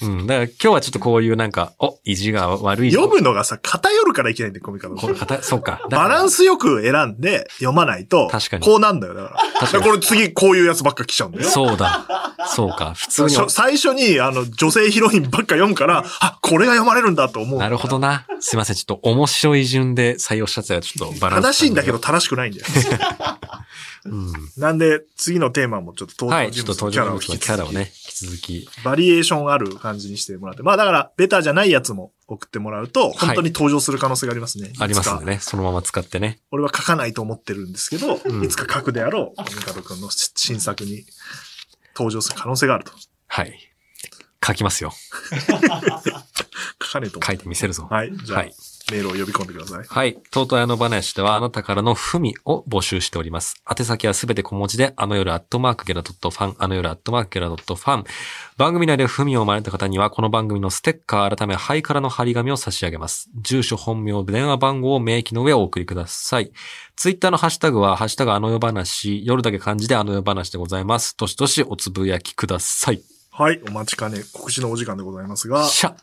Speaker 2: うん。だから今日はちょっとこういうなんか、お、意地が悪い。
Speaker 1: 読むのがさ、偏るからいけないんで、コミカド。
Speaker 2: この方、そうか。
Speaker 1: バラン
Speaker 2: ス
Speaker 1: スよく選んで読まないと
Speaker 2: 確か、に
Speaker 1: こうなんだよ。だから。だか
Speaker 2: 確から
Speaker 1: こ
Speaker 2: に
Speaker 1: れ次こういうやつばっか来ちゃうんだよ。
Speaker 2: そうだ。そうか。普通に
Speaker 1: し。ょ最初に、あの、女性ヒロインばっか読むから、あ、これが読まれるんだと思う。
Speaker 2: なるほどな。すいません。ちょっと面白い順で採用しちゃったらちょっとバランス。
Speaker 1: 正しいんだけど。正しく ないんだよ。
Speaker 2: うん。
Speaker 1: なんで、次のテーマもちょっと
Speaker 2: は
Speaker 1: 登場
Speaker 2: い。ち
Speaker 1: 人
Speaker 2: ょっと
Speaker 1: 物の
Speaker 2: 登
Speaker 1: キャラ
Speaker 2: 場人
Speaker 1: を
Speaker 2: 物
Speaker 1: 聞
Speaker 2: の
Speaker 1: き
Speaker 2: キ
Speaker 1: つつ
Speaker 2: ャラをね、引き続き。
Speaker 1: バリエーションある感じにしてもらって。まあだから、ベタじゃないやつも送ってもらうと、本当に登場する可能性がありますね。
Speaker 2: ありま
Speaker 1: い
Speaker 2: すんで
Speaker 1: つか
Speaker 2: ね。そのまま使ってね。
Speaker 1: 俺は書かないと思ってるんですけど、
Speaker 2: うん
Speaker 1: いつか書くであろう、ミカド君の新作に登場する可能性があると。
Speaker 2: はい。書きますよ。
Speaker 1: 書かねえと思
Speaker 2: 書
Speaker 1: う
Speaker 2: いてみせるぞ。
Speaker 1: はい。じゃあ、
Speaker 2: はい
Speaker 1: メールを呼び込んでください。
Speaker 2: はい。とうとうあの話では、あなたからの文を募集しております。宛先はすべて小文字で、あの夜アットマークゲラドットファン、あの夜アットマークゲラドットファン。番組内で文を生まれた方には、この番組のステッカー、改め、ハイカラの張り紙を差し上げます。住所、本名、電話番号を明記の上お送りください。ツイッターのハッシュタグは、ハッシュタグあの夜話、夜だけ漢字であの夜話でございます。どしどしおつぶやきください。
Speaker 1: はい。お待ちかね、告知のお時間でございますが、
Speaker 2: しゃ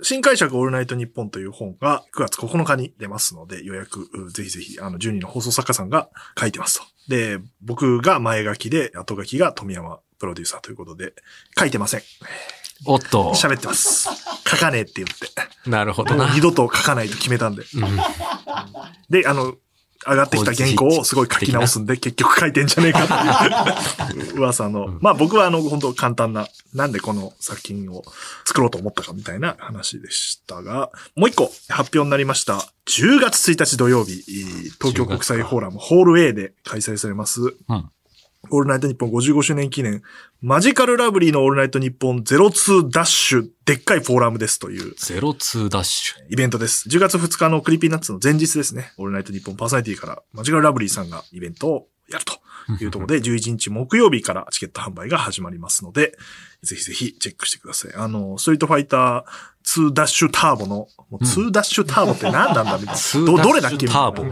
Speaker 1: 新解釈オールナイトニッポンという本が9月9日に出ますので、予約、うぜひぜひ、あの、10人の放送作家さんが書いてますと。で、僕が前書きで、後書きが富山プロデューサーということで、書いてません。
Speaker 2: おっと。
Speaker 1: 喋ってます。書かねえって言って。
Speaker 2: なるほどな
Speaker 1: もう。二度と書かないと決めたんで。
Speaker 2: うん
Speaker 1: で、あの、上がってきた原稿をすごい書き直すんで、結局書いてんじゃねえかっていう噂の。まあ僕はあの、本当簡単な、なんでこの作品を作ろうと思ったかみたいな話でしたが、もう一個発表になりました。10月1日土曜日、東京国際フォーラムホール A で開催されます、
Speaker 2: ん
Speaker 1: オールナイトニッポン55周年記念、マジカルラブリーのオールナイトニッポン02ダッシュ、でっかいフォーラムですという
Speaker 2: ゼロツーダッシュ。
Speaker 1: イベントです。10月2日のクリーピーナッツの前日ですね。オールナイトニッポンパーソナリティからマジカルラブリーさんがイベントをやるというところ で、11日木曜日からチケット販売が始まりますので、ぜひぜひチェックしてください。あの、ストリートファイター2ダッシュターボの、もう2ダッシュターボって何なんだ みたいな。どどれだっけみたい
Speaker 2: ター
Speaker 1: な
Speaker 2: ボ。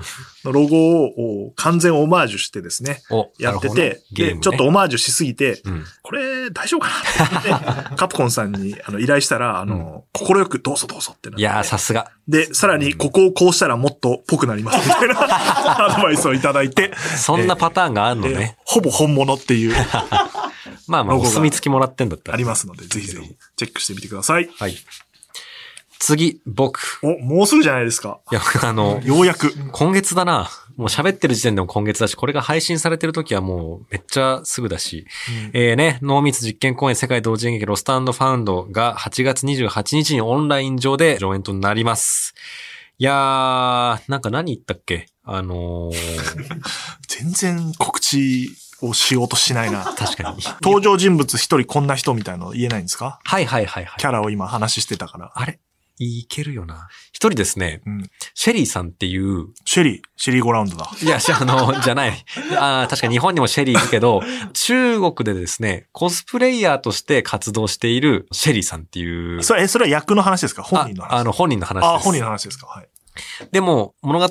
Speaker 1: のロゴを完全オマージュしてですね、
Speaker 2: を
Speaker 1: やってて、
Speaker 2: ゲー
Speaker 1: で、
Speaker 2: ム、ね、
Speaker 1: ちょっと、オマージュしすぎて、
Speaker 2: うん、
Speaker 1: これ大丈夫かなって 言ってカプコンさんにあの依頼したら、あの、心よくどうぞどうぞってなっ
Speaker 2: い
Speaker 1: て。
Speaker 2: やー、さすが。
Speaker 1: で、さらに、ここをこうしたらもっとぽくなり ますみたいなアドバイスをいただいて、
Speaker 2: そんなパターンがあるのね。
Speaker 1: えーほぼ本物っていう、
Speaker 2: まあまあ、
Speaker 1: ロゴ
Speaker 2: お
Speaker 1: が
Speaker 2: 墨付きもらってんだったら。
Speaker 1: ありますの で、ぜひぜひチェックしてみてください。
Speaker 2: はい。次、僕。
Speaker 1: お、もうすぐじゃないですか。
Speaker 2: いや、 あの、
Speaker 1: ようやく。
Speaker 2: 今月だな。もう喋ってる時点でも今月だし、これが配信されてる時はもうめっちゃすぐだし。えーね、濃密実験公演世界同時演劇ロストファウンドが8月28日にオンライン上で上演となります。いやー、なんか何言ったっけあのー
Speaker 1: 全然告知をしようとしない な。
Speaker 2: 確 かに。
Speaker 1: 登場人物一人こんな人みたいなの言えないんですか
Speaker 2: はいはいはいはい
Speaker 1: キ。ャラを今話してたから。
Speaker 2: あれいけるよな。一人ですね、
Speaker 1: うん。
Speaker 2: シェリーさんっていう、
Speaker 1: シェリー、シェリーゴラウンドだ。
Speaker 2: いや、し あの、じゃない。あー確かに日本にもシェリーいるけど、中国でですね、コスプレイヤーとして活動しているシェリーさんっていう、
Speaker 1: それ、え、それは役の話ですか本人の
Speaker 2: ああ
Speaker 1: 話。
Speaker 2: の、本人の話です。
Speaker 1: あ、本人の話ですかはい。
Speaker 2: でも、物語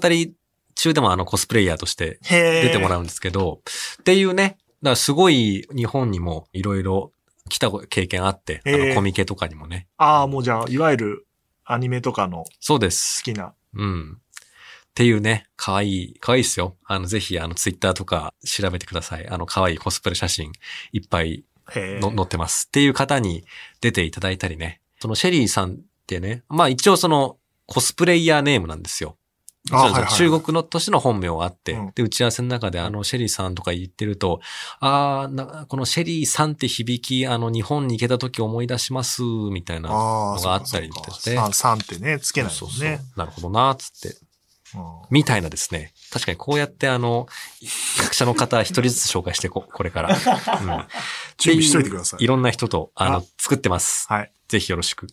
Speaker 2: 中でもあの、コスプレイヤーとして
Speaker 1: へえ。
Speaker 2: 出てもら
Speaker 1: う。
Speaker 2: うんですけど、っていうね、だからすごい日本にもいろいろ来た経験あって、あ
Speaker 1: へー
Speaker 2: のコミケとかにもね。
Speaker 1: ああ、もうじゃあ、いわゆるアニメとかの好
Speaker 2: そうです。
Speaker 1: きな。
Speaker 2: うん。っていうね、可愛い可愛いですよ。あの、ぜひ、あの、ツイッターとか調べてください。あの、可愛いコスプレ写真いっぱい
Speaker 1: へえ。
Speaker 2: の載ってます。っていう方に出ていただいたりね。そのシェリーさんってね、まあ一応そのコスプレイヤーネームなんですよ。
Speaker 1: あ
Speaker 2: そうそう
Speaker 1: はいはい
Speaker 2: 中国の都市の本名があって、
Speaker 1: うん
Speaker 2: で、打ち合わせの中であのシェリーさんとか言ってると、ああ、なこのシェリーさんって響き、あの日本に行けた時思い出します、みたいな。
Speaker 1: あ
Speaker 2: の
Speaker 1: あ、
Speaker 2: があったりとかして
Speaker 1: 3、三ってね、つけないもんね。
Speaker 2: なるほどな、つって。
Speaker 1: うん
Speaker 2: みたいなですね。確かにこうやってあの、役者の方一人ずつ紹介していこ う、これから。うん
Speaker 1: 準備しといてくださ
Speaker 2: い
Speaker 1: い。
Speaker 2: ろんな人と、あの、
Speaker 1: あ
Speaker 2: 作ってます。
Speaker 1: はい。
Speaker 2: ぜひよろしく。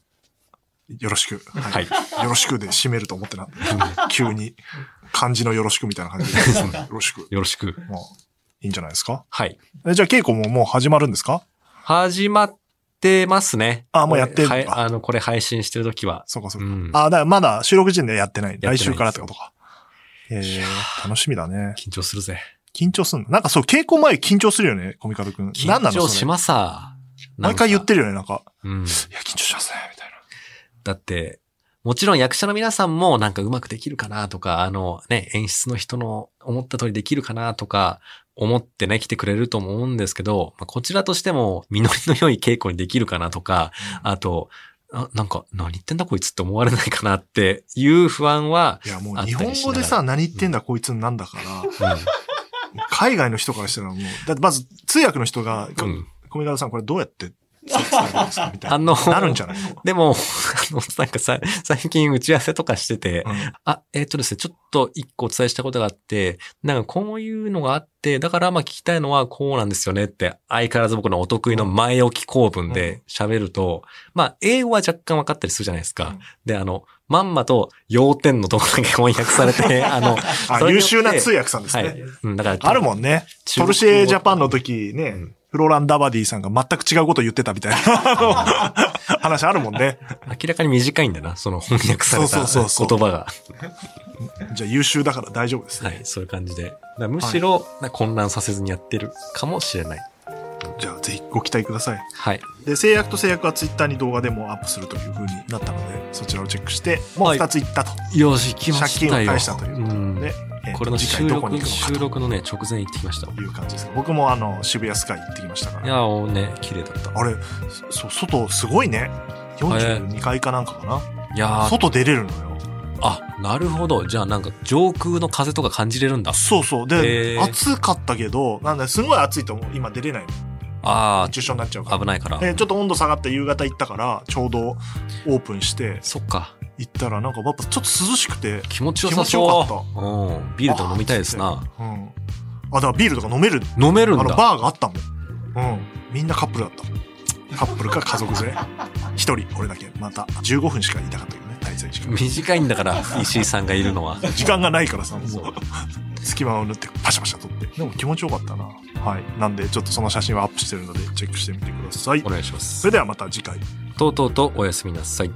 Speaker 1: よろしく。
Speaker 2: は。
Speaker 1: はいい。よろしくで締めると思 ってな。急に、漢字のよろしくみたいな感じで。よろしく。
Speaker 2: よろしく。
Speaker 1: まあ、いいんじゃないですか。
Speaker 2: はい。
Speaker 1: えじゃあ、稽古ももう始まるんですか
Speaker 2: 始まってますね。
Speaker 1: あもうやってる
Speaker 2: これはい、
Speaker 1: あ
Speaker 2: あの、これ配信してるときは。
Speaker 1: そうかそう
Speaker 2: う
Speaker 1: か。
Speaker 2: ん。
Speaker 1: ああ、だからまだ収録時点でやってない。
Speaker 2: てない
Speaker 1: 来
Speaker 2: んですよ
Speaker 1: 週からってことか。え
Speaker 2: いや
Speaker 1: ー、楽しみだね。
Speaker 2: 緊張するぜ。
Speaker 1: 緊張すんのなんかそう、稽古前緊張するよね、コミカドくん。何な
Speaker 2: 緊
Speaker 1: のそ
Speaker 2: 張し
Speaker 1: れ
Speaker 2: ますさ。。
Speaker 1: 毎回言っててるよね、なんか。
Speaker 2: うん。
Speaker 1: いや、緊張しますね、みたいな。
Speaker 2: だって、もちろん役者の皆さんもなんかうまくできるかなとか、あのね、演出の人の思った通りできるかなとか、思ってね、来てくれると思うんですけど、まあこちらとしても、実りの良い稽古にできるかなとか、あと、あなんか、何言ってんだこいつって思われないかなっていう不安は、
Speaker 1: いや、も
Speaker 2: あ
Speaker 1: う
Speaker 2: ったり
Speaker 1: 日
Speaker 2: しながら
Speaker 1: 本語でさ、何言ってんだ、こいつなんだから、
Speaker 2: うん
Speaker 1: 海外の人からした らもう、だってまず通訳の人が、こ
Speaker 2: うん
Speaker 1: コミカドさんこれどうやって伝えるんですかみたい な。
Speaker 2: あの
Speaker 1: なるんじゃないの、
Speaker 2: でも、あ の、なんかさ、最近打ち合わせとかしてて、
Speaker 1: うん
Speaker 2: あ、えっ、とですね、ちょっと一個お伝えしたことがあって、なんかこういうのがあって、だからまあ聞きたいのはこうなんですよねって、相変わらず僕のお得意の前置き構文で喋ると、まあ英語は若干分かったりするじゃないですか。
Speaker 1: うん
Speaker 2: で、あの、まんまと要点のところだけ翻訳され て、あの、
Speaker 1: あ
Speaker 2: それによって
Speaker 1: 優秀な通訳さんです
Speaker 2: は
Speaker 1: ね。
Speaker 2: い。うんだから、
Speaker 1: あるもんね。
Speaker 2: 中
Speaker 1: ト
Speaker 2: 国語
Speaker 1: ルシエジャパンの時ね、
Speaker 2: うん
Speaker 1: フローラン・ダバディさんが全く違うことを言ってたみ たいなあの話あるもんね。
Speaker 2: 明らかに短いんだな、その翻訳された
Speaker 1: そうそうそうそう
Speaker 2: 言葉が。
Speaker 1: じゃあ優秀だから大丈夫です。
Speaker 2: はい、そういう感じで。だからむしろ、な混乱させずにやってるかもしれない。
Speaker 1: じゃあぜひご期待ください。
Speaker 2: はい。
Speaker 1: で、制約と制約はツイッターに動画でもアップするという風になったので、そちらをチェックして、もう
Speaker 2: はい
Speaker 1: 2ついったと。
Speaker 2: よし、来ま
Speaker 1: 借
Speaker 2: し
Speaker 1: 金を
Speaker 2: たよ。
Speaker 1: 返したということ
Speaker 2: ん
Speaker 1: で、えーと
Speaker 2: これの
Speaker 1: 次
Speaker 2: 収
Speaker 1: 回どこに
Speaker 2: 録、
Speaker 1: 行くのか
Speaker 2: 収録のね、直前行ってきました。
Speaker 1: とい
Speaker 2: い
Speaker 1: う感じですけど僕もあの、渋谷スカイ行ってきましたから。
Speaker 2: や、おね、綺麗だった。
Speaker 1: あれ、そ、外すごいね。42階かなんかかな。
Speaker 2: いやー
Speaker 1: 外出れるのよ。
Speaker 2: あ、なるほど。じゃあなんか上空の風とか感じれるんだ。
Speaker 1: そうそう。で、
Speaker 2: へー
Speaker 1: 暑かったけど、なんだ、すごい暑いともう今出れないの。
Speaker 2: あ
Speaker 1: 熱中症になっちゃう
Speaker 2: あ、
Speaker 1: か
Speaker 2: 危ないから
Speaker 1: ら。。で、ちょっと温度下がった夕方行ったから、ちょうどオープンして、
Speaker 2: そっか。
Speaker 1: 行ったらなんかやっぱちょっと涼しくて、
Speaker 2: 気持ちよさ
Speaker 1: 気持ちよか
Speaker 2: そ
Speaker 1: っ
Speaker 2: う。うん。ビールとか飲みたいですな。
Speaker 1: うん。あ、だからビールとか飲める。
Speaker 2: 飲め
Speaker 1: あ
Speaker 2: るん
Speaker 1: の、
Speaker 2: だ。
Speaker 1: バーがあったもん。うん。みんなカップルだった。カップルか家族連れ。一人、俺だけ。また、15分しかいなかったけどね、滞在時間。
Speaker 2: 短いんだから、石井さんがいるのは。
Speaker 1: 時間がないからさ、も
Speaker 2: そう
Speaker 1: う、隙間を縫ってパシャパシャ撮って。でも気持ちよかったな。はい。なんで、ちょっとその写真はアップしてるので、チェックしてみてください
Speaker 2: お。願いします。
Speaker 1: それではまた次回。
Speaker 2: とうとうとおやすみなさい。